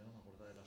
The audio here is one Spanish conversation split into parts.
a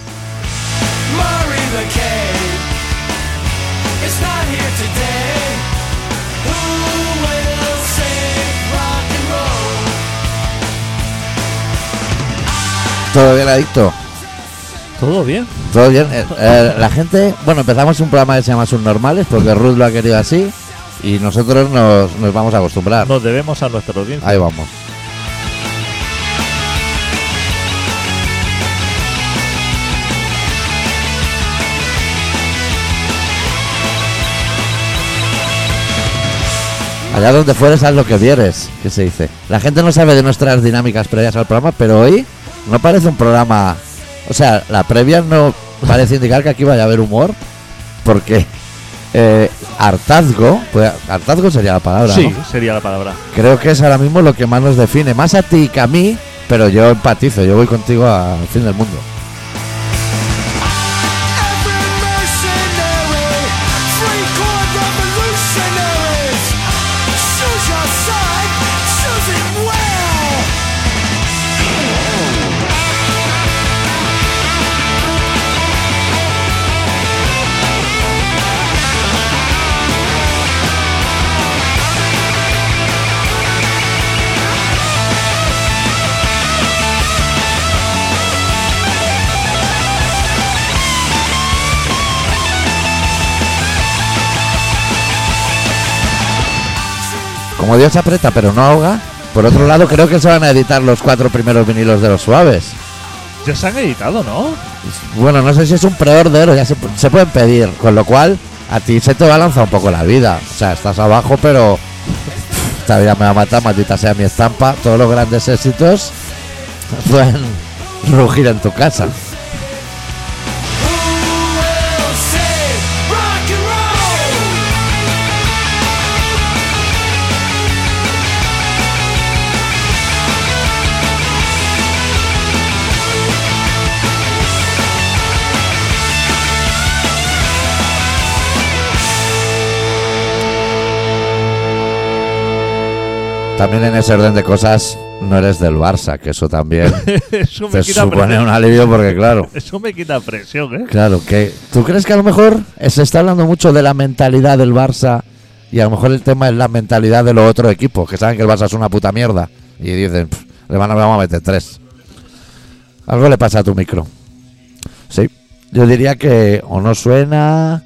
Murray McKay is not here today. Who will save rock and roll? Todo bien, adicto. Todo bien. Todo bien. Eh, eh, la gente. Bueno, empezamos un programa que se llama Subnormales porque Ruth lo ha querido así y nosotros nos, nos vamos a acostumbrar. Nos debemos a nuestra audiencia. Ahí vamos. Allá donde fueres, haz lo que vieres, que se dice. La gente no sabe de nuestras dinámicas previas al programa, pero hoy no parece un programa. O sea, la previa no parece indicar que aquí vaya a haber humor, porque eh, hartazgo, pues, hartazgo sería la palabra, sí, ¿no? sería la palabra. Creo que es ahora mismo lo que más nos define, más a ti que a mí, pero yo empatizo, yo voy contigo al fin del mundo. Every mercenary, free core revolutionaries. Choose your side, choose it well. Como Dios aprieta pero no ahoga, por otro lado creo que se van a editar los cuatro primeros vinilos de los suaves. Ya se han editado, ¿no? Bueno, no sé si es un preorder o ya se, se pueden pedir, con lo cual a ti se te balanza un poco la vida. O sea, estás abajo, pero esta vida me va a matar, maldita sea mi estampa. Todos los grandes éxitos pueden rugir en tu casa. Who will save rock and roll? También en ese orden de cosas, no eres del Barça, que eso también Eso me te quita supone presión. un alivio porque, claro, Eso me quita presión, ¿eh? claro que... ¿Tú crees que a lo mejor se está hablando mucho de la mentalidad del Barça y a lo mejor el tema es la mentalidad de los otros equipos, que saben que el Barça es una puta mierda y dicen, "Pff, le van a, vamos a meter tres? Algo le pasa a tu micro. Sí, yo diría que o no suena...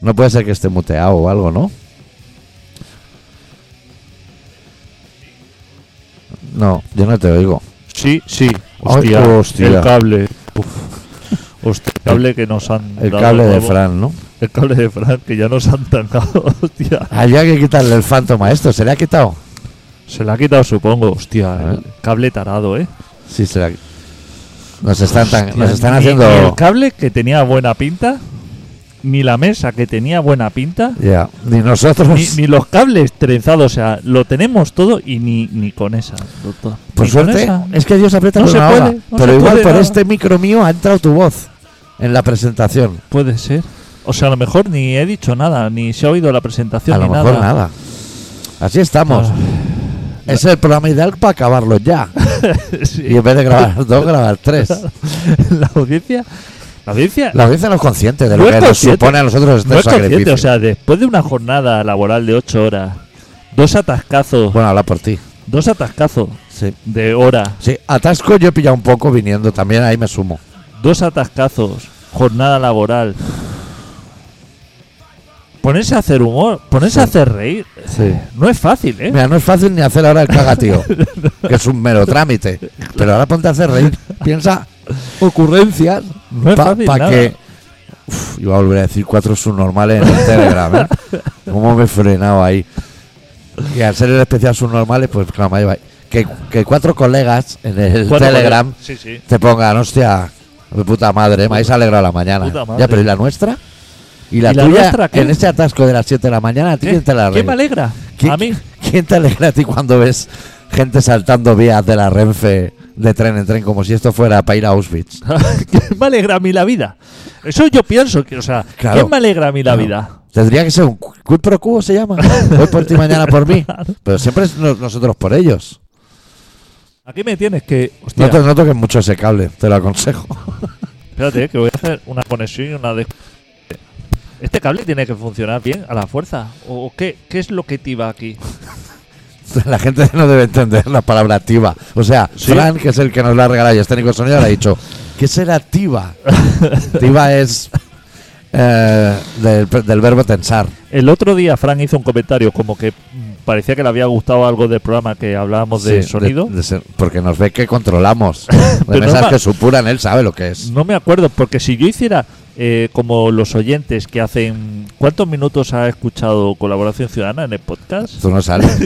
No puede ser que esté muteado o algo, ¿no? No, yo no te oigo. Sí, sí. Ay, Hostia, hostia. el cable. Uf. Hostia, el cable que nos han El dado cable de nuevo. Fran, ¿no? El cable de Fran, que ya nos han tangado, hostia. Había que quitarle el Phantom a esto, ¿se le ha quitado? Se la ha quitado, supongo. Hostia, Ah. el cable tarado, ¿eh? Sí, se le ha Nos están, tan- Hostia, nos están ni- haciendo. ni el cable que tenía buena pinta, ni la mesa que tenía buena pinta, Ya, ni nosotros. ni, ni los cables trenzados. O sea, lo tenemos todo y ni, ni con esa, doctor. por Ni con pues suerte, esa. es que Dios aprieta No con se la puede, hoja. no Pero se igual puede por nada. este micro mío ha entrado tu voz en la presentación. Puede ser. O sea, a lo mejor ni he dicho nada, ni se ha oído la presentación, a ni Ah. lo mejor nada. Así estamos. Es el programa ideal para acabarlo ya. Sí. Y en vez de grabar dos, grabar tres. la audiencia. La audiencia. La audiencia no es consciente de lo No es que nos consciente. supone a nosotros este no es consciente, sacrificio. o sea, después de una jornada laboral de ocho horas, dos atascazos, bueno, habla por ti. dos atascazos Sí. de hora, Sí, atasco yo he pillado un poco viniendo también, ahí me sumo. dos atascazos, jornada laboral. Ponerse a hacer humor, ponerse a hacer reír, Sí. no es fácil, ¿eh? Mira, no es fácil ni hacer ahora el cagatío, que es un mero trámite. Pero ahora ponte a hacer reír. Piensa ocurrencias No es para fácil nada. que. Uf, iba a volver a decir cuatro subnormales en el Telegram. ¿eh? ¿Cómo me he frenado ahí? Y al ser el especial subnormales, pues claro, me lleva ahí. Que, que cuatro colegas en el Cuatro Telegram colegas. Sí, sí. te pongan, hostia, De Puta madre, ¿eh? me habéis alegrado la mañana. Puta madre. Ya, pero ¿y la nuestra? ¿Y la ¿Y la tuya? nuestra qué? En ese atasco de las 7 de la mañana, ¿a ti ¿Qué, quién te la ¿Qué arregla? Eh, me alegra? ¿Quién- A mí. ¿Quién te alegra a ti cuando ves gente saltando vías de la Renfe de tren en tren como si esto fuera para ir a Auschwitz? ¿Quién me alegra a mí la vida? Eso yo pienso que, o sea, Claro. ¿quién me alegra a mí la vida? Tendría que ser un cu- quid pro quo se llama. Hoy por ti, mañana por mí. Pero siempre es no- nosotros por ellos. Aquí me tienes que. Hostia, No, te, no toques mucho ese cable, te lo aconsejo. espérate, eh, que voy a hacer una conexión y una de. Este cable tiene que funcionar bien a la fuerza. ¿O o qué, qué es lo que tiba aquí? La gente no debe entender la palabra activa. O sea, ¿Sí? Frank, que es el que nos la ha regalado y es técnico de sonido, le ha dicho, ¿qué será activa? Activa es eh, del, del verbo tensar. El otro día Frank hizo un comentario como que mm, parecía que le había gustado algo del programa que hablábamos de Sí, sonido. de ser- porque nos ve que controlamos. Pero De mesas no que va- supuran, él sabe lo que es. No me acuerdo, porque si yo hiciera eh, como los oyentes que hacen... ¿Cuántos minutos ha escuchado Colaboración Ciudadana en el podcast? Tú no sabes.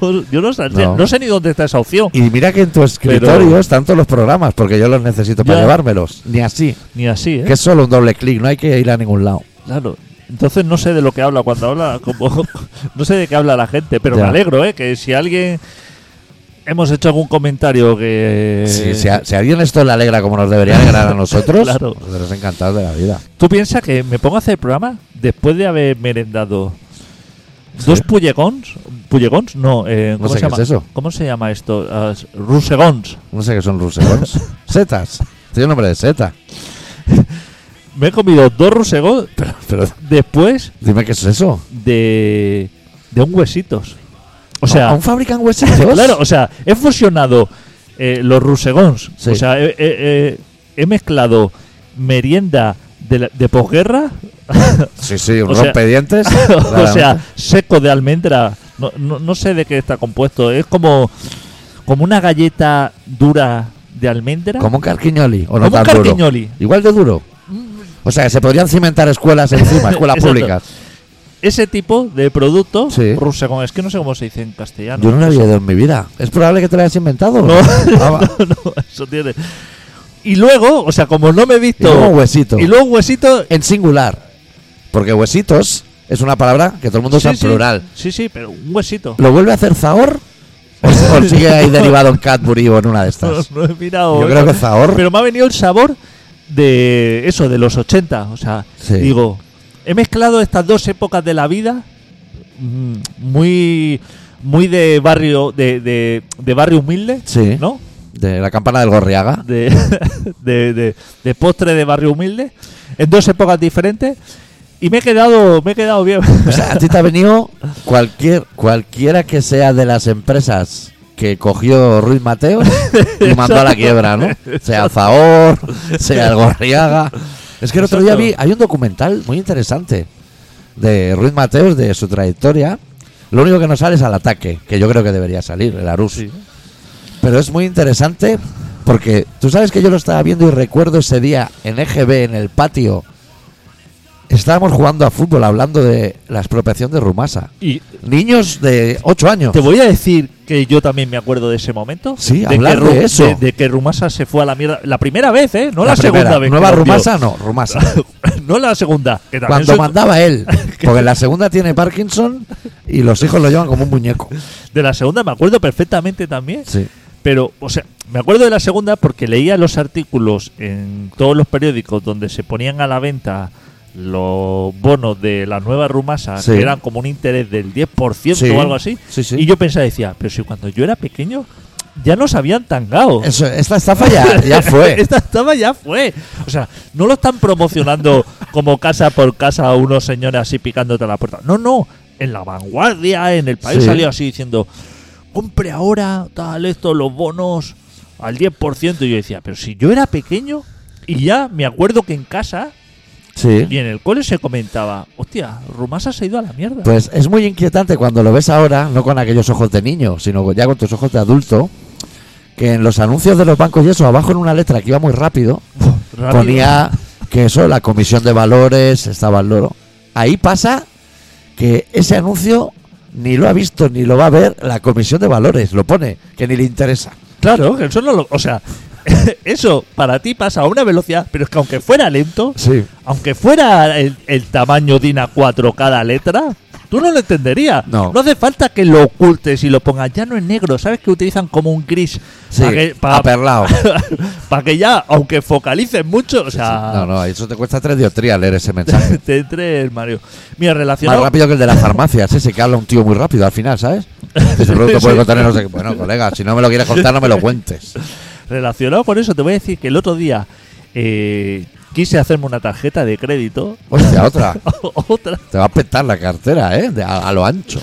yo, yo no, sé, No. no sé ni dónde está esa opción. Y mira que en tu escritorio están todos los programas, porque yo los necesito para Ya. llevármelos. Ni así. Ni así, ¿eh? Que es solo un doble clic, no hay que ir a ningún lado. Claro. Entonces no sé de lo que habla cuando habla, como no sé de qué habla la gente, pero Ya. me alegro, ¿eh? Que si alguien hemos hecho algún comentario que si, si a, si a alguien esto le alegra como nos debería alegrar a nosotros, Claro. nosotros encantados de la vida. tú piensas que me pongo a hacer el programa después de haber merendado dos pullegons, pullegons, no, eh, No ¿cómo sé se qué llama? es eso. ¿Cómo se llama esto? Ah, rusegons. No sé qué son rusegons. Setas. Tiene nombre de seta. Me he comido dos rusegons pero Pero después dime qué es eso. de de un huesitos. O sea, ¿Aún fabrican huesitos? Claro, o sea, he fusionado eh, los rusegons. Sí. O sea, he, he- he- he mezclado merienda de, la- de posguerra, Sí, sí, un O sea- rompedientes. o sea, claramente. seco de almendra. No, no- no sé de qué está compuesto. Es como, como una galleta dura de almendra. Como un carquiñoli, o no Como un tan duro? carquiñoli. Igual de duro. O sea, que se podrían cimentar escuelas encima, escuelas Exacto. públicas. Ese tipo de producto Sí. rusegón. Es que no sé cómo se dice en castellano. Yo no lo he oído en mi vida. Es probable que te lo hayas inventado. No, Ah, va. no, no, eso tiene. Y luego, o sea, como no me he Y visto. luego huesito. y luego un huesito En singular. Porque huesitos es una palabra que todo el mundo usa en plural. Sí, sí, pero un huesito. ¿Lo vuelve a hacer Zahor? ¿O o sigue ahí derivado en Cadbury o en una de No, estas? no he mirado. Yo creo que Zahor. Pero me ha venido el sabor de eso, de los 80. O sea, Sí. digo, he mezclado estas dos épocas de la vida mm, muy muy de barrio de, de, de barrio humilde, Sí. ¿no? De la campana del Gorriaga. De, de, de- de postre de barrio humilde, en dos épocas diferentes. Y me he quedado, me he quedado bien. O sea, a ti te ha venido cualquier, cualquiera que sea de las empresas que cogió Ruiz Mateo y mandó a la quiebra, ¿no? Sea Zahor, sea el Gorriaga. Es que el otro día vi, hay un documental muy interesante de Ruiz Mateos, de su trayectoria. Lo único que no sale es al ataque, que yo creo que debería salir, el Arús. Sí. Pero es muy interesante porque tú sabes que yo lo estaba viendo y recuerdo ese día en EGB, en el patio. Estábamos jugando a fútbol hablando de la expropiación de Rumasa. Y Niños de 8 años. Te voy a decir que yo también me acuerdo de ese momento. Sí, de hablar Ru- de eso. De, de que Rumasa se fue a la mierda. La primera vez, ¿eh? No la, primera, segunda vez. Nueva que lo Rumasa, no, Rumasa. dio. no la segunda. que también Cuando soy- mandaba él. Porque la segunda tiene Parkinson y los hijos lo llevan como un muñeco. De la segunda me acuerdo perfectamente también. Sí. Pero, o sea, me acuerdo de la segunda porque leía los artículos en todos los periódicos donde se ponían a la venta los bonos de la nueva Rumasa, Sí. que eran como un interés del 10% Sí, o algo así. sí, sí. Y yo pensaba, decía, pero si cuando yo era pequeño ya nos habían tangado. Eso, esta estafa ya, ya fue. Esta estaba ya fue. O sea, no lo están promocionando como casa por casa a unos señores así picándote a la puerta. No, no. En la vanguardia, en el país Sí. salió así diciendo, compre ahora, tal, esto, los bonos al 10%. Y yo decía, pero si yo era pequeño y ya me acuerdo que en casa Sí. y en el cole se comentaba, hostia, Rumasa se ha ido a la mierda. Pues es muy inquietante cuando lo ves ahora, no con aquellos ojos de niño, sino ya con tus ojos de adulto, que en los anuncios de los bancos y eso, abajo en una letra que iba muy rápido, Rápido. ponía que eso, la comisión de valores, estaba al loro. Ahí pasa que ese anuncio ni lo ha visto ni lo va a ver la comisión de valores, lo pone, que ni le interesa. Claro, que eso no lo. O sea, eso para ti pasa a una velocidad, pero es que aunque fuera lento, Sí. aunque fuera el, el tamaño DIN A4 cada letra, tú no lo entenderías. No. hace falta que lo ocultes y lo pongas ya no en negro. Sabes que utilizan como un gris Sí, Ah, para que, pa- aperlao. pa' que ya, aunque focalices mucho, o sea, No, no, eso te cuesta tres dioptrías leer ese mensaje. te entre el Mario. Mira, Más relacionado, rápido que el de las farmacias, ese que habla un tío muy rápido al final, ¿sabes? Ese producto puede contener no sé qué. Bueno, colega, si no me lo quieres contar, no me lo cuentes. relacionado con eso, te voy a decir que el otro día eh, quise hacerme una tarjeta de crédito. Hostia, otra. Otra Te va a petar la cartera, ¿eh? De- a, a lo ancho.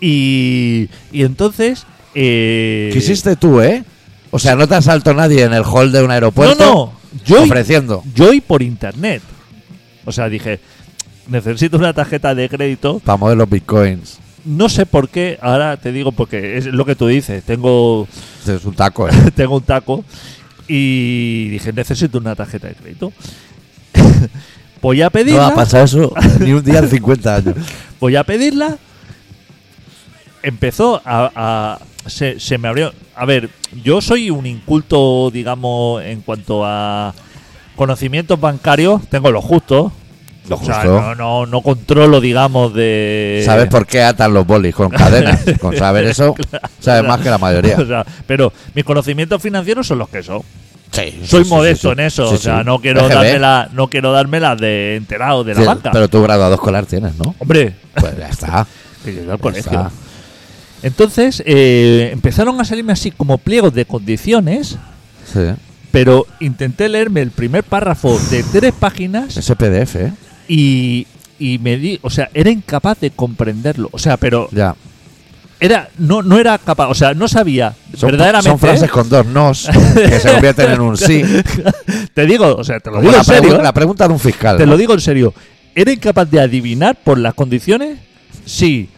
Y, y entonces. Eh, ¿Qué hiciste tú, eh? O sea, no te asaltó nadie en el hall de un aeropuerto. No, no, yo- Ofreciendo. Yo y por internet. O sea, dije, necesito una tarjeta de crédito. Para mover los bitcoins. No sé por qué, ahora te digo, porque es lo que tú dices. Tengo, Este es un taco, ¿eh? tengo un taco y dije, necesito una tarjeta de crédito. voy a No pedirla. va a pasar eso ni un día en 50 años. voy a pedirla. Empezó a. a- se, se me abrió. A ver, yo soy un inculto, digamos, en cuanto a conocimientos bancarios. Tengo lo justo. Lo O sea, justo. no, no, no controlo, digamos, de. ¿Sabes por qué atan los bolis con cadenas? Con saber eso, sabes más que la mayoría. O sea, pero mis conocimientos financieros son los que son. Sí, Soy sí, sí, modesto sí. en eso. Sí, o sea, sí. no quiero EGB. dármela, no quiero dármela de enterado de la Sí, banca. Pero tu graduado escolar tienes, ¿no? Hombre, Pues ya está. que yo he ido al Ya colegio. está. Entonces eh, empezaron a salirme así como pliegos de condiciones, Sí. pero intenté leerme el primer párrafo de tres páginas Ese PDF, ¿eh? y, y me di, o sea, era incapaz de comprenderlo. O sea, pero Ya. era no no era capaz, o sea, no sabía Son, verdaderamente. son frases con dos nos que se convierten en un sí. Te digo, o sea, te lo Como digo la, en serio. ¿eh? pregunta, la pregunta de un fiscal. Te ¿no? lo digo en serio. ¿Era incapaz de adivinar por las condiciones? Sí.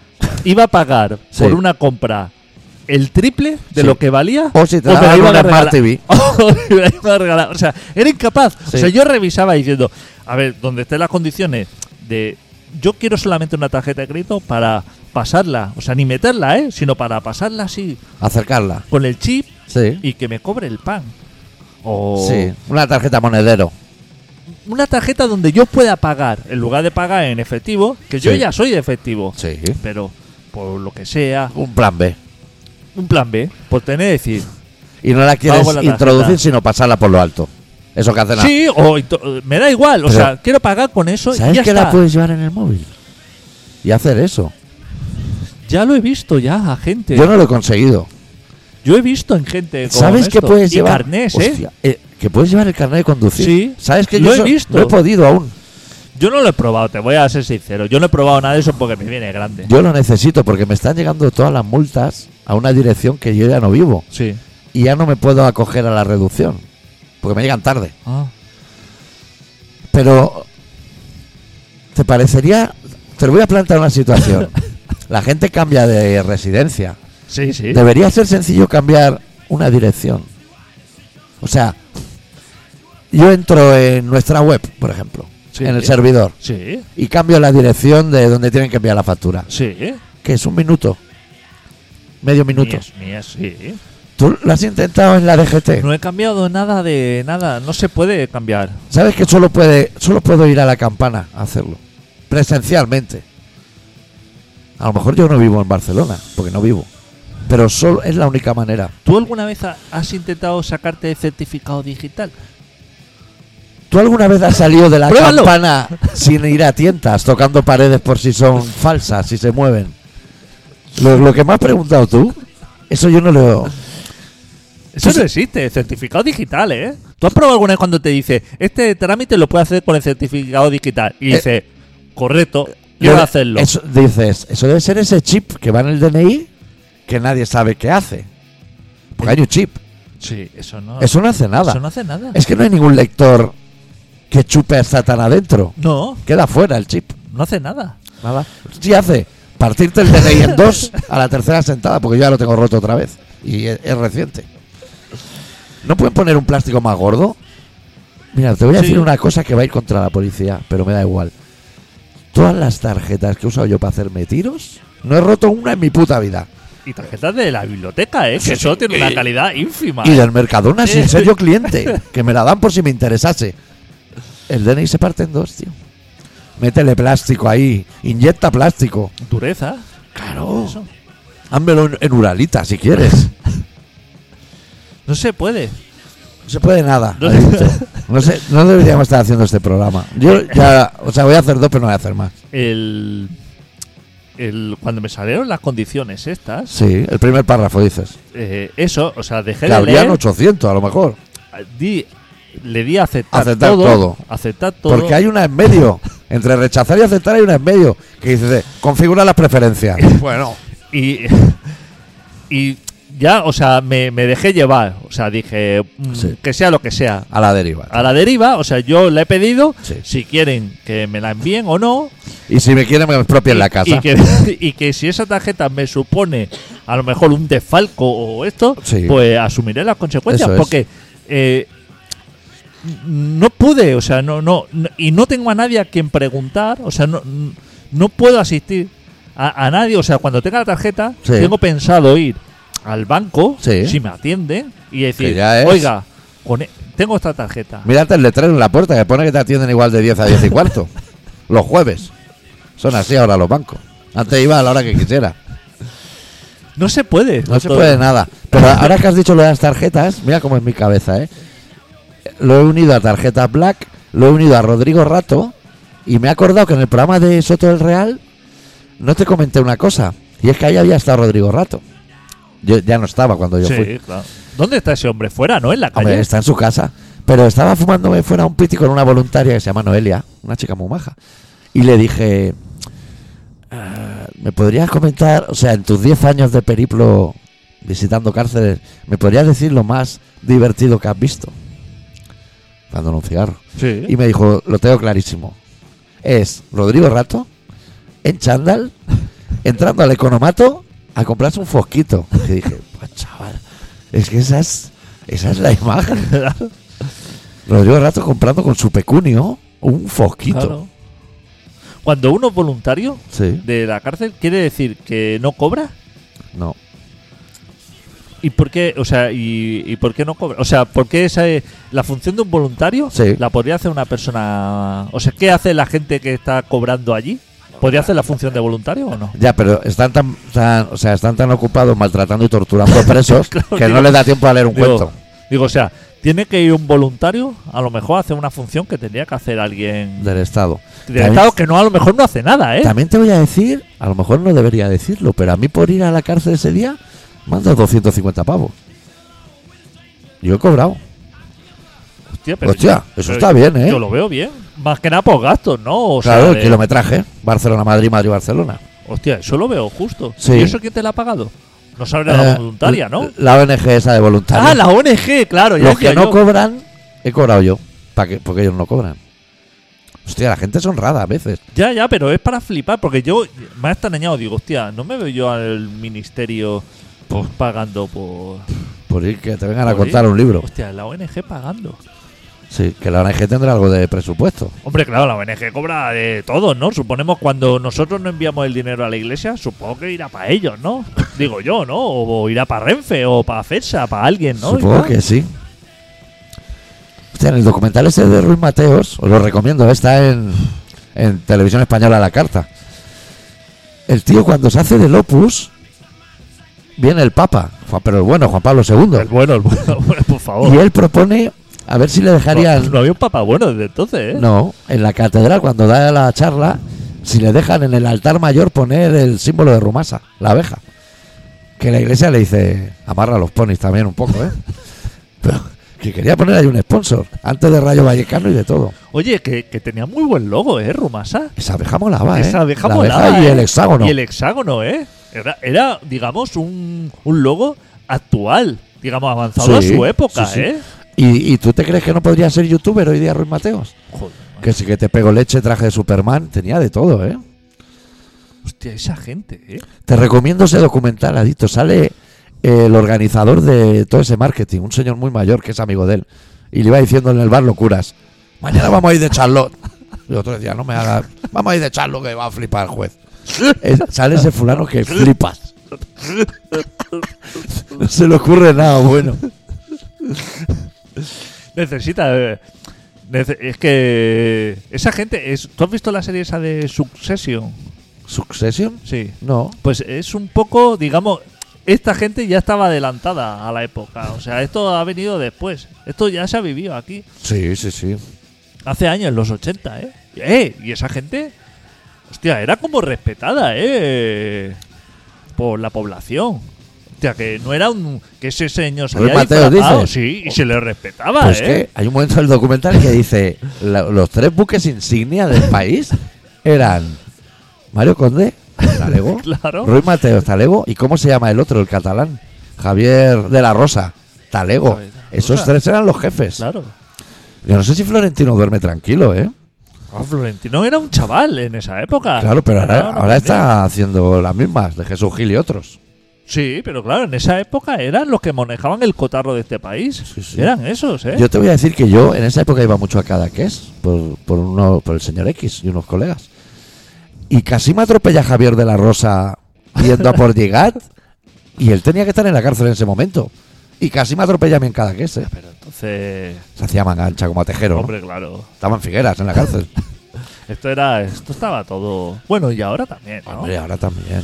Iba a pagar Sí. por una compra el triple de Sí. lo que valía. O si te me daban la iban una a regalar. Smart TV. O me la iban a regalar. O sea, era incapaz. Sí. O sea, yo revisaba diciendo, a ver, donde estén las condiciones de... Yo quiero solamente una tarjeta de crédito para pasarla. O sea, ni meterla, ¿eh? Sino para pasarla así, Acercarla. con el chip Sí. y Oh. que me cobre el pan. O... Sí. Una tarjeta monedero. una tarjeta donde yo pueda pagar en lugar de pagar en efectivo, que yo Sí. ya soy de efectivo, Sí. pero por lo que sea, Un plan B. un plan B, por tener que decir, Y no la quieres Vamos con la introducir, tarjeta. sino pasarla por lo alto. Eso que hacen a- sí, o into- me da igual, o Pero- sea, quiero pagar con eso y ¿Sabes ya que está. la puedes llevar en el móvil? Y hacer eso. Ya lo he visto ya a gente. Yo Yo, no lo he conseguido. he visto en gente con ¿Sabes que esto. puedes y llevar? carnés, ¿eh? Hostia, eh, que puedes llevar el carnet de conducir. Sí, ¿Sabes que lo yo he eso visto. No he podido aún. Yo no lo he probado, te voy a ser sincero, yo no he probado nada de eso porque me viene grande. Yo lo necesito porque me están llegando todas las multas a una dirección que yo ya no vivo. Sí. Y ya no me puedo acoger a la reducción. Porque me llegan tarde. Ah. Pero. ¿Te parecería.? Te voy a plantear una situación. la gente cambia de residencia. Sí, sí. Debería ser sencillo cambiar una dirección. O sea, yo entro en nuestra web, por ejemplo, Sí. en el servidor, Sí, y cambio la dirección de donde tienen que enviar la factura, sí. que es un minuto, medio minuto. Mías, mías, sí. Tú lo has intentado en la DGT. No he cambiado nada de nada, no se puede cambiar. Sabes que solo puede, solo puedo ir a la campana a hacerlo, presencialmente. A lo mejor yo no vivo en Barcelona, porque no vivo, pero solo es la única manera. ¿Tú alguna vez ha- has intentado sacarte el certificado digital? ¿Tú alguna vez has salido de la ¡Pruébalo! campana sin ir a tientas, tocando paredes por si son falsas, si se mueven? Lo, lo que me has preguntado tú, eso yo no lo... Eso Pues- no existe, certificado digital, ¿eh? ¿Tú has probado alguna vez cuando te dice, este trámite lo puedes hacer con el certificado digital? Y Eh, dice, correcto, quiero Debe- hacerlo. eso- dices, eso debe ser ese chip que va en el DNI que nadie sabe qué hace. Porque hay un chip. sí, eso no, Eso no hace nada. Ah. eso no hace nada. Es que no hay ningún lector que chupe hasta tan adentro. no, Queda fuera el chip. no hace nada. Nada. Sí hace partirte el DNI en dos a la tercera sentada, porque yo ya lo tengo roto otra vez. Y es, es reciente. ¿No pueden poner un plástico más gordo? Mira, te voy a Sí. decir una cosa que va a ir contra la policía, pero me da igual. Todas las tarjetas que he usado yo para hacerme tiros, no he roto una en mi puta vida. y tarjetas de la biblioteca, ¿eh? que eso tiene una calidad ínfima. Y del Mercadona sin ser yo cliente, que me la dan por si me interesase. El DNI se parte en dos, tío. Métele plástico ahí, inyecta plástico. Dureza. Claro. Eso. Házmelo en, en Uralita si quieres. No se puede. No se puede nada. No ha se- dicho. No, sé, no deberíamos estar haciendo este programa. Yo ya, o sea, voy a hacer dos, pero no voy a hacer más. el, el- cuando me salieron las condiciones estas, Sí, el primer párrafo dices. eh, eso, o sea, dejé Que de habrían leer, 800 a lo mejor. di- le di a aceptar, Aceptar todo. aceptar todo, Porque hay una en medio. Entre rechazar y aceptar hay una en medio. Que dice, configura las preferencias. Bueno. y, y ya, o sea, me, me dejé llevar, o sea, dije mm, Sí. que sea lo que sea, A la deriva. a la deriva, o sea, yo le he pedido Sí. si quieren que me la envíen o no, Y si me quieren, me expropien y- la casa. y que, y que si esa tarjeta me supone a lo mejor un desfalco o esto, Sí. pues asumiré las consecuencias. Eso es. Porque eh, no pude, o sea, no, no, no- y no tengo a nadie a quien preguntar, o sea, no, no puedo asistir a, a nadie, o sea, cuando tenga la tarjeta, Sí. tengo pensado ir al banco, Sí. si me atienden, y Que decir, ya es. oiga, con e- tengo esta tarjeta. Mírate el letrero en la puerta que pone que te atienden igual de 10 a 10 y cuarto. los jueves. Son así ahora los bancos. Antes iba a la hora que quisiera. No se puede. No se todo. puede nada. Pero ahora que has dicho lo de las tarjetas, mira cómo es mi cabeza, ¿eh? Lo he unido a tarjetas Black, lo he unido a Rodrigo Rato y me he acordado que en el programa de Soto del Real no te comenté una cosa. Y es que ahí había estado Rodrigo Rato. Yo ya no estaba cuando yo Sí, fui. claro. ¿Dónde está ese hombre? Fuera, ¿no? En la calle. Hombre, está en su casa. Pero estaba fumándome fuera un piti con una voluntaria que se llama Noelia, una chica muy maja. Y le dije, "Ah, ¿me podrías comentar, o sea, en tus 10 años de periplo visitando cárceles, ¿me podrías decir lo más divertido que has visto? Dándole un cigarro. Sí. Y me dijo, lo tengo clarísimo. Es Rodrigo Rato, en chándal, entrando al economato a comprarse un fosquito. Y dije, pues chaval, es que esa es, esa es la imagen. Rodrigo Rato comprando con su pecunio un fosquito. Claro. Cuando uno es voluntario Sí, de la cárcel, quiere decir que no cobra. no. ¿Y por qué, o sea, y, y por qué no cobra? O sea, ¿por qué esa es- la función de un voluntario Sí. la podría hacer una persona? O sea, ¿qué hace la gente que está cobrando allí? ¿Podría hacer la función de voluntario o no? Ya, pero están tan, tan- o sea, están tan ocupados maltratando y torturando a presos Claro, que digo- no les da tiempo a leer un Digo, cuento. digo, o sea, tiene que ir un voluntario a lo mejor a hacer una función que tendría que hacer alguien Del Estado. del También- Estado que no a lo mejor no hace nada, ¿eh? También te voy a decir, a lo mejor no debería decirlo, pero a mí por ir a la cárcel ese día, manda 250 pavos. Yo he cobrado. Hostia, Hostia, eso está bien, ¿eh? Yo lo veo bien. Más que nada por gastos, ¿no? O claro, sea, eh, el de- kilometraje. Barcelona-Madrid, Madrid-Barcelona. Hostia, eso lo veo justo. Sí. ¿Y eso quién te la ha pagado? No sabrá la Eh, voluntaria, ¿no? La ONG esa de voluntarios. Ah, la ONG, claro. ya Los que decía no yo. cobran, he cobrado yo. Pa' que- porque ellos no cobran. Hostia, la gente es honrada a veces. Ya, ya, pero es para flipar, porque yo me ha extrañado. Digo, hostia, no me veo yo al ministerio pues, pagando por... Por ir que te vengan a por contar ir. un libro. Hostia, la ONG pagando. Sí, que la ONG tendrá algo de presupuesto. Hombre, claro, la ONG cobra de todo, ¿no? Suponemos cuando nosotros no enviamos el dinero a la iglesia, supongo que irá para ellos, ¿no? Digo yo, ¿no? O irá para Renfe, o para FERSA, para alguien, ¿no? Supongo Irá. que sí. Hostia, en el documental ese de Ruiz Mateos, os lo recomiendo, está en, en Televisión Española La Carta. El tío cuando se hace del Opus, viene el Papa, Juan- pero el bueno, Juan Pablo El II. Pues bueno, el bueno, el bueno, por favor. Y él propone, a ver si le No, dejarían... no había un papa bueno desde entonces, ¿eh? No, en la catedral cuando da la charla, si le dejan en el altar mayor poner el símbolo de Rumasa, la abeja. Que la iglesia le dice, amarra los ponis también un poco, ¿eh? Pero que quería poner ahí un sponsor, antes de Rayo Vallecano y de todo. Oye, que, que tenía muy buen logo, ¿eh? Rumasa. Esa abeja molaba, ¿eh? Esa abeja La molaba, y ¿eh? el hexágono. Y el hexágono, ¿eh? Era, era, digamos, un, un logo actual, digamos, avanzado Sí, a su época, sí, sí. ¿eh? ¿Y, y tú te crees que no podría ser youtuber hoy día Ruiz Mateos? Joder, Que sí que te pego leche, traje de Superman, tenía de todo, ¿eh? hostia, esa gente, ¿eh? Te recomiendo ese documental, Adicto. Sale eh, el organizador de todo ese marketing, un señor muy mayor que es amigo de él. Y le iba diciendo en el bar locuras. Mañana vamos a ir de Charlotte. Y el otro decía, no me hagas. Vamos a ir de Charlotte que va a flipar el juez. Eh, sale ese fulano que flipas. No se le ocurre nada bueno. Necesita. eh, nece- es que. Esa gente. Es, ¿Tú has visto la serie esa de Succession? ¿Succession? Sí. No. Pues es un poco, digamos. Esta gente ya estaba adelantada a la época. O sea, esto ha venido después. Esto ya se ha vivido aquí. Sí, sí, sí. Hace años, los 80, ¿eh? ¡Eh! Y esa gente. Hostia, era como respetada, ¿eh? Por la población. Hostia, que no era un. Que ese señor se Luis había Pues Mateo, disfrazado, dices. Sí, y se le respetaba, Pues ¿eh? que hay un momento del documental que dice: la- los tres buques insignia del país eran Mario Conde, talego, Claro. Ruy Mateo, talego, y ¿cómo se llama el otro, el catalán? Javier de la Rosa, talego. Javier de la Esos Rosa. tres eran los jefes. Claro. Yo no sé si Florentino duerme tranquilo, ¿eh? Ah, Florentino era un chaval en esa época. Claro, pero ahora, Ah, no ahora entendía. está haciendo las mismas de Jesús Gil y otros. Sí, pero claro, en esa época eran los que manejaban el cotarro de este país. Sí, sí. Eran esos, ¿eh? Yo te voy a decir que yo en esa época iba mucho a Cadaqués por, por, uno, por el señor X y unos colegas. Y casi me atropella Javier de la Rosa yendo a por Llegat. Y él tenía que estar en la cárcel en ese momento. Y casi me atropella a mí en Cadaqués. ¿eh? Pero entonces. Se hacía mangancha como a tejero. ¿no? Hombre, claro. Estaba en Figueras, en la cárcel. Esto era. Esto estaba todo. Bueno, y ahora también, Ah, ¿no? Hombre, ahora también.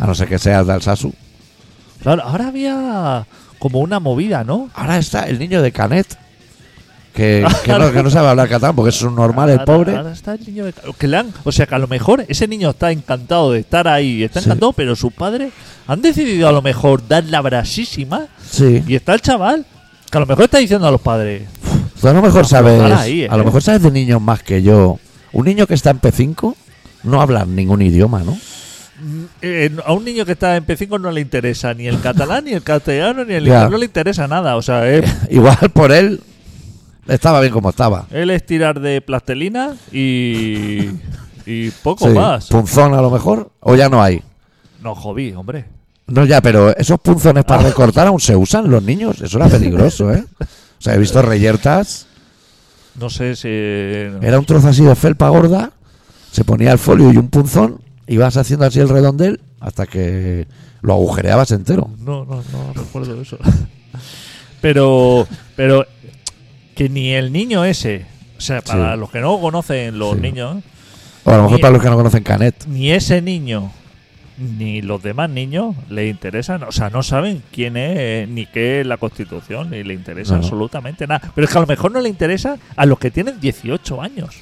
A no ser que seas de Alsasu. Claro, ahora había como una movida, ¿no? Ahora está el niño de Canet. Que, que no, que no sabe hablar catalán porque es un normal el Ahora- pobre. Ahora está el niño de ca- que le han- o sea que a lo mejor ese niño está encantado de estar ahí, está Sí. encantado, pero sus padres han decidido a lo mejor dar la brasísima Sí. y está el chaval que a lo mejor está diciendo a los padres, Tú Pues a lo mejor sabes, ojalá ahí, ¿eh? a lo mejor sabes de niños más que yo. Un niño que está en P5 no habla ningún idioma, ¿no? Eh, a un niño que está en P5 no le interesa ni el catalán, ni el castellano, ni el Ya. inglés, no le interesa nada. O sea, él, Igual por él estaba bien como estaba. él es tirar de plastelina y, y poco Sí, más. Punzón a lo mejor, o ya no hay. No, jodí, hombre. No, ya, pero esos punzones Ah. para recortar aún se usan los niños. Eso era peligroso, ¿eh? O sea, he visto reyertas. No sé si. Era un trozo así de felpa gorda. Se ponía el folio y un punzón. Ibas haciendo así el redondel hasta que lo agujereabas entero. No, no, no recuerdo eso. Pero, pero que ni el niño ese, o sea, para Sí. los que no conocen los Sí. niños, O a lo mejor Y- para los que no conocen Canet. ni ese niño ni los demás niños le interesan, o sea, no saben quién es eh, ni qué es la Constitución, ni le interesa No, no. absolutamente nada. Pero es que a lo mejor no le interesa a los que tienen 18 años.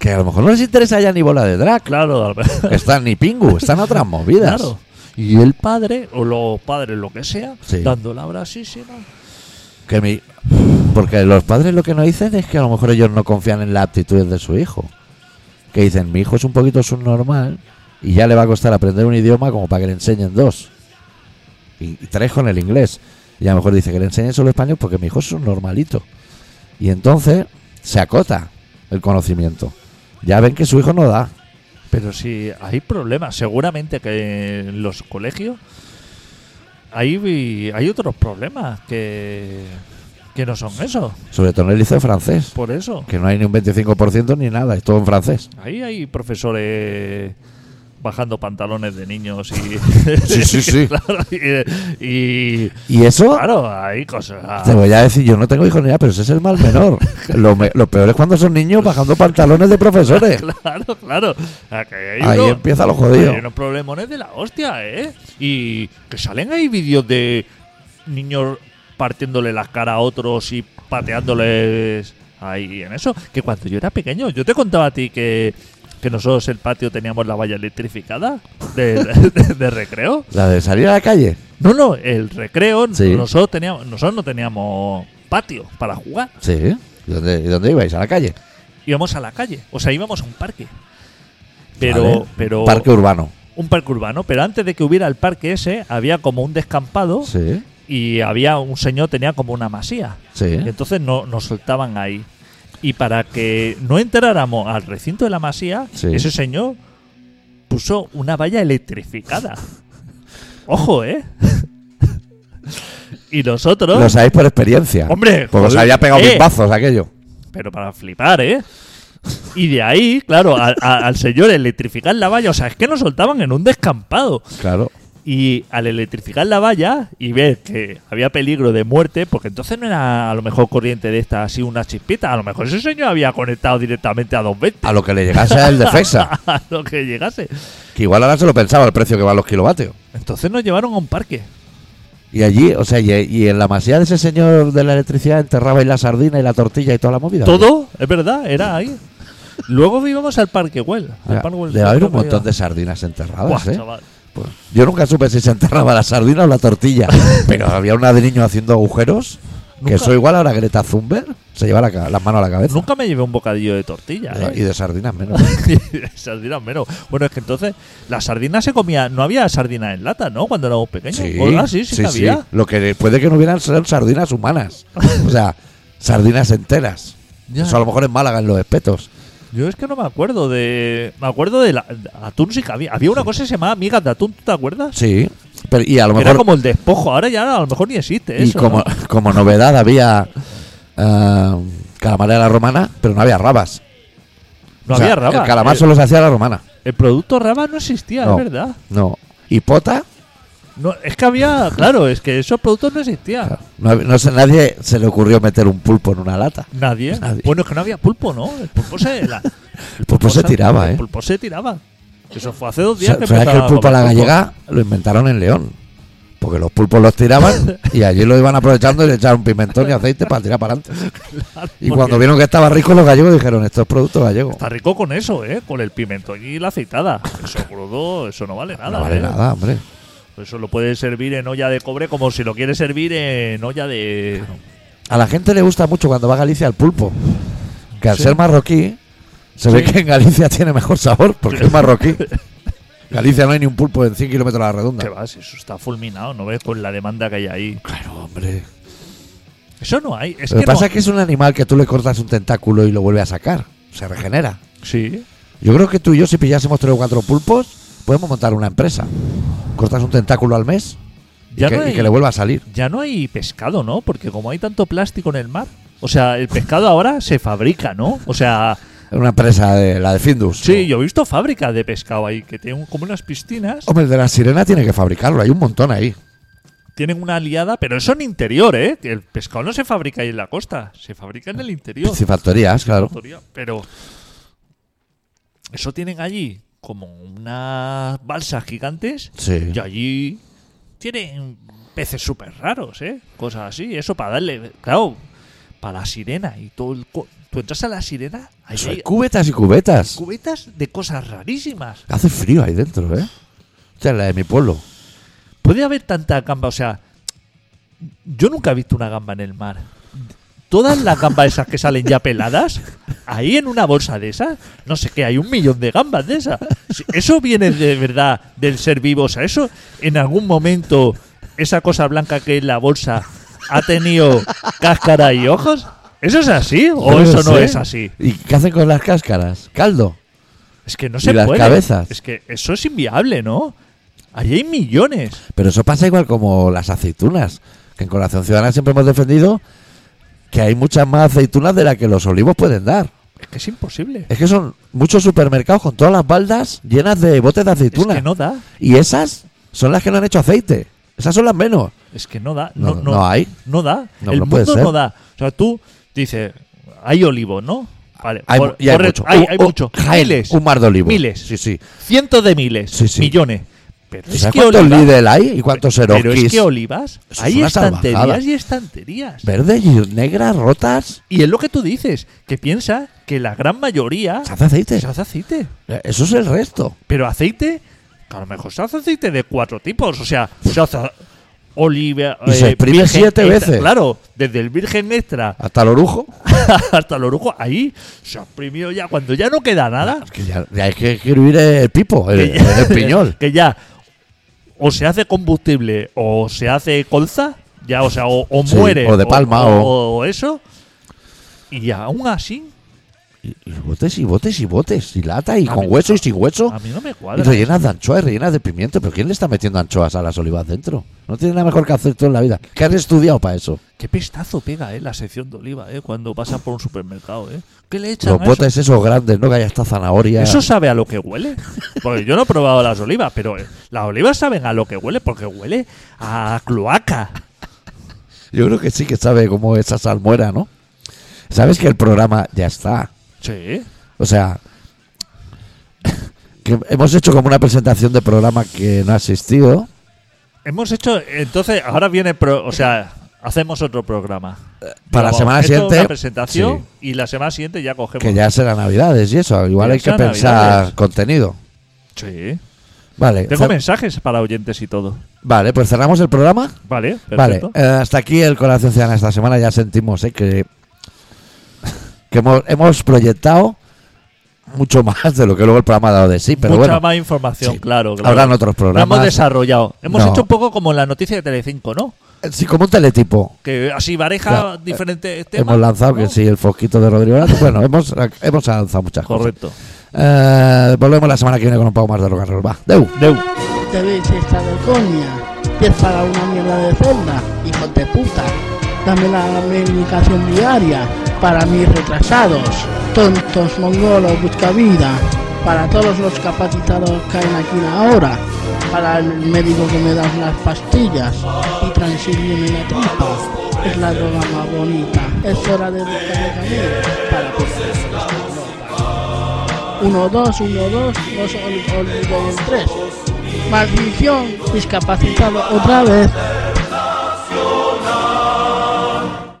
Que a lo mejor no les interesa ya ni bola de drag. Claro, Albert. Están ni pingu, están otras movidas. Claro. Y el padre, o los padres, lo que sea, Sí. dando la brasísima. Que mi... Porque los padres lo que no dicen es que a lo mejor ellos no confían en las aptitudes de su hijo. Que dicen, mi hijo es un poquito subnormal y ya le va a costar aprender un idioma como para que le enseñen dos. Y, y tres con el inglés. Y a lo mejor dice que le enseñen solo español porque mi hijo es un normalito. Y entonces se acota el conocimiento. Ya ven que su hijo no da. Pero si hay problemas, seguramente que en los colegios hay, vi- hay otros problemas que, que no son eso. Sobre todo en el liceo francés. Por eso. Que no hay ni un 25% ni nada, es todo en francés. Ahí hay profesores bajando pantalones de niños y. Sí, sí, sí. Claro, y, y- Y eso, Claro, te hay cosas. voy a decir, yo no tengo hijos ni nada, pero ese es el mal menor. lo, me- lo peor es cuando son niños bajando pantalones de profesores. Claro, claro. Aquí hay Ahí uno- empieza lo jodido. Hay unos problemones de la hostia, ¿eh? Y que salen ahí vídeos de niños partiéndole las cara a otros y pateándoles ahí en eso. Que cuando yo era pequeño, yo te contaba a ti que, que nosotros el patio teníamos la valla electrificada de, de- de recreo. La de salir a la calle. No, no, el recreo, Sí. nosotros, teníamos, nosotros no teníamos patio para jugar. Sí. ¿Y dónde, y dónde ibais? ¿A la calle? Íbamos a la calle, o sea, íbamos a un parque. Pero, Vale. pero Parque urbano. un parque urbano, pero antes de que hubiera el parque ese, había como un descampado Sí. y había un señor tenía como una masía. Sí. Y entonces no, nos soltaban ahí. Y para que no entráramos al recinto de la masía, Sí. ese señor puso una valla electrificada. Ojo, ¿eh? y nosotros... Lo sabéis por experiencia. Hombre, Porque os joder, había pegado eh. mis bazos aquello. Pero para flipar, ¿eh? Y de ahí, claro, a- a- al señor electrificar la valla, o sea, es que nos soltaban en un descampado. Claro. Y al electrificar la valla y ver que había peligro de muerte, porque entonces no era a lo mejor corriente de esta así una chispita, a lo mejor ese señor había conectado directamente a 220 A lo que le llegase el defensa. a lo que llegase. Que igual ahora se lo pensaba el precio que van los kilovatios. Entonces nos llevaron a un parque. Y allí, o sea, y, y en la masía de ese señor de la electricidad enterrabais la sardina y la tortilla y toda la movida. Todo, es verdad, era ahí. Luego íbamos al Parque Well. al Mira, Parque Güell. debe haber un montón de sardinas enterradas, Buah, ¿eh? chaval. Pues, yo nunca supe si se enterraba la sardina o la tortilla. pero había una de niño haciendo agujeros. Que Nunca. eso igual ahora Greta Thunberg se lleva la, ca- las manos a la cabeza. Nunca me llevé un bocadillo de tortilla. Eh, ¿eh? y de sardinas menos. sardinas menos. Bueno, es que entonces la sardina se comía. No había sardina en lata, ¿no? Cuando éramos pequeños. Oh, ah, sí, sí, que había. Lo que puede que no hubieran ser sardinas humanas. O sea, sardinas enteras. Ya. Eso a lo mejor en Málaga, en los espetos. Yo es que no me acuerdo de. Me acuerdo de la. de Atún sí que había. Había una cosa que se llamaba migas de atún, ¿tú te acuerdas? Sí. Pero, y a lo Que mejor. Era como el despojo. Ahora ya a lo mejor ni existe. y eso, como, ¿no? como novedad había ah, calamar a la romana, pero no había rabas. No O sea, había raba. El calamar Eh, solo se hacía a la romana. el producto raba no existía, No. es verdad. No. Y pota, No, es que había, claro, es que esos productos no existían. no, hab- no sé, nadie se le ocurrió meter un pulpo en una lata. Nadie. Nadie. Bueno, es que no había pulpo, ¿no? El pulpo se, la- El pulpo se tiraba, El ¿eh? pulpo se tiraba. Eso fue hace dos días ¿Sabes que que el empezaba pulpo a la comer gallega lo inventaron en León? Porque los pulpos los tiraban y allí lo iban aprovechando y le echaron pimentón y aceite para tirar para adelante. Claro, Y porque cuando vieron que estaba rico los gallegos dijeron, esto es producto gallego. Está rico con eso, ¿eh? Con el pimentón y la aceitada. Eso crudo, eso no vale nada. No vale ¿eh? nada, hombre. Pues Eso lo puedes servir en olla de cobre como si lo quieres servir en olla de. A la gente le gusta mucho cuando va a Galicia el pulpo. Que al Sí. ser marroquí, se ve Sí. que en Galicia tiene mejor sabor porque es marroquí. Galicia no hay ni un pulpo en 100 kilómetros a la redonda. ¿Qué va? Si Eso está fulminado, ¿no ves? Con la demanda que hay ahí. Claro, hombre. Eso no hay. Es lo que que no- pasa es que es un animal que tú le cortas un tentáculo y lo vuelve a sacar. Se regenera. Sí. Yo creo que tú y yo, si pillásemos tres o cuatro pulpos, podemos montar una empresa. Cortas un tentáculo al mes y, Ya que, no y hay- que le vuelva a salir. Ya no hay pescado, ¿no? Porque como hay tanto plástico en el mar, o sea, el pescado ahora se fabrica, ¿no? O sea, Es Una empresa de la de Findus. sí, yo he visto fábricas de pescado ahí que tienen como unas piscinas, Hombre, el de la sirena tiene que fabricarlo. Hay un montón ahí. tienen una aliada, pero eso en interior, ¿eh? Que el pescado no se fabrica ahí en la costa, se fabrica en el interior. Piscifactorías, claro. Factoría, Pero eso tienen allí como unas balsas gigantes Sí. y allí tienen peces súper raros, ¿eh? Cosas así, eso para darle, claro, para la sirena y todo el... co- Tú entras a la sirena, ahí Eso, hay hay cubetas y cubetas. cubetas de cosas rarísimas. Hace frío ahí dentro, ¿eh? Hostia, la de mi pueblo. Puede haber tanta gamba, o sea, yo nunca he visto una gamba en el mar. Todas las gambas esas que salen ya peladas, ahí en una bolsa de esas, no sé qué, hay un millón de gambas de esas. Si Eso viene de verdad del ser vivo, o sea, eso en algún momento, esa cosa blanca que es la bolsa, ha tenido cáscara y ojos. ¿Eso es así o Yo Oh, eso no sé. es así? ¿Y qué hacen con las cáscaras? Caldo. Es que no se las puede. cabezas. Es que eso es inviable, ¿no? Ahí hay millones. Pero eso pasa igual como las aceitunas, que en Corazón Ciudadana siempre hemos defendido que hay muchas más aceitunas de las que los olivos pueden dar. Es que es imposible. Es que son muchos supermercados con todas las baldas llenas de botes de Es aceitunas. que no da. Y esas son las que no han hecho aceite. Esas son las menos. Es que no da. No, No, no hay. No da. No, el no puede mundo ser. no da. O sea, tú dices, hay olivos, ¿no? Vale. Hay, por- mu- y hay correcto, mucho. Hay, Un- hay un- mucho. Jaén, miles. Un mar de olivos. Miles. Sí, sí. Cientos de miles. Sí, sí. Millones. Pero es ¿Sabes que cuántos olivas. Lidl hay y cuántos Eroquis? Pero es que olivas. Eso es Hay una estanterías salvajada. y estanterías. Verdes y negras, rotas. Y es lo que tú dices, que piensa que la gran mayoría Se hace aceite. se hace aceite. Eh, Eso es el resto. Pero aceite, que a lo mejor se hace aceite de cuatro tipos. O sea, se hace oliva. eh, Y se exprime siete extra, veces. Claro, desde el virgen extra Hasta el orujo. hasta el orujo. Ahí se ha exprimido ya. Cuando ya no queda nada. Es que ya, ya hay que escribir el pipo, el, que ya- Eh, el piñol. Que ya o se hace combustible o se hace colza. Ya, o sea, o, o Sí, muere. o de palma, o- o eso. Y aún así Y, y botes y botes y botes. Y lata y A con mí- hueso y sin hueso. A mí no me Y cuadra. rellenas de anchoas y rellenas de pimiento. ¿Pero quién le está metiendo anchoas a las olivas dentro? No tiene nada mejor que hacer tú en la vida. ¿Qué has estudiado para eso? Qué pestazo pega, eh, la sección de oliva, eh, cuando pasan por un supermercado, eh. ¿Qué le echan Los a eso? botes esos grandes, ¿no? Que hay hasta zanahoria. ¿Eso sabe a lo que huele? Porque yo no he probado las olivas, pero eh, las olivas saben a lo que huele, porque huele a cloaca. Yo creo que sí que sabe cómo esa salmuera, ¿no? Sabes que el programa ya está. Sí. O sea, que hemos hecho como una presentación de programa que no ha existido. Hemos hecho, entonces, ahora viene, pro- o sea, hacemos otro programa. eh, para la Grabamos semana esto, siguiente, Una presentación sí. y la semana siguiente ya cogemos. Que ya será Navidades y eso. Igual Ya hay que será pensar Navidades. contenido. Sí. Vale. Tengo cer- mensajes para oyentes y todo. Vale, pues cerramos el programa. Vale, perfecto. Vale, eh, hasta aquí el Corazón Ciudadana esta semana. Ya sentimos eh, que, que hemos, hemos proyectado mucho más de lo que luego el programa ha dado de sí. Pero Mucha bueno, más información, sí. claro, claro. habrán otros La hemos programas. desarrollado. Hemos No. hecho un poco como la noticia de Telecinco, ¿no? Sí, como un teletipo. Que así bareja Claro, eh, diferentes temas. hemos lanzado que ¿no? sí, el fosquito de Rodrigo Lazo. Bueno, hemos, hemos lanzado muchas cosas. Correcto. Eh, volvemos la semana que viene con un poco más de rock and roll. Va, deu. Deu. Te veis esta de coña. Piensa la una mierda de celda, hijos de puta. Dame la medicación diaria para mis retrasados. Tontos mongolos busca vida. Para todos los capacitados que caen aquí ahora. Para el médico que me das las pastillas y transilien en la tripa. Es la droga más bonita. Es hora de buscar el camino para poder esta droga. 1, 2, 1, 2, 2, olvido el 3. Maldición, discapacitado otra vez.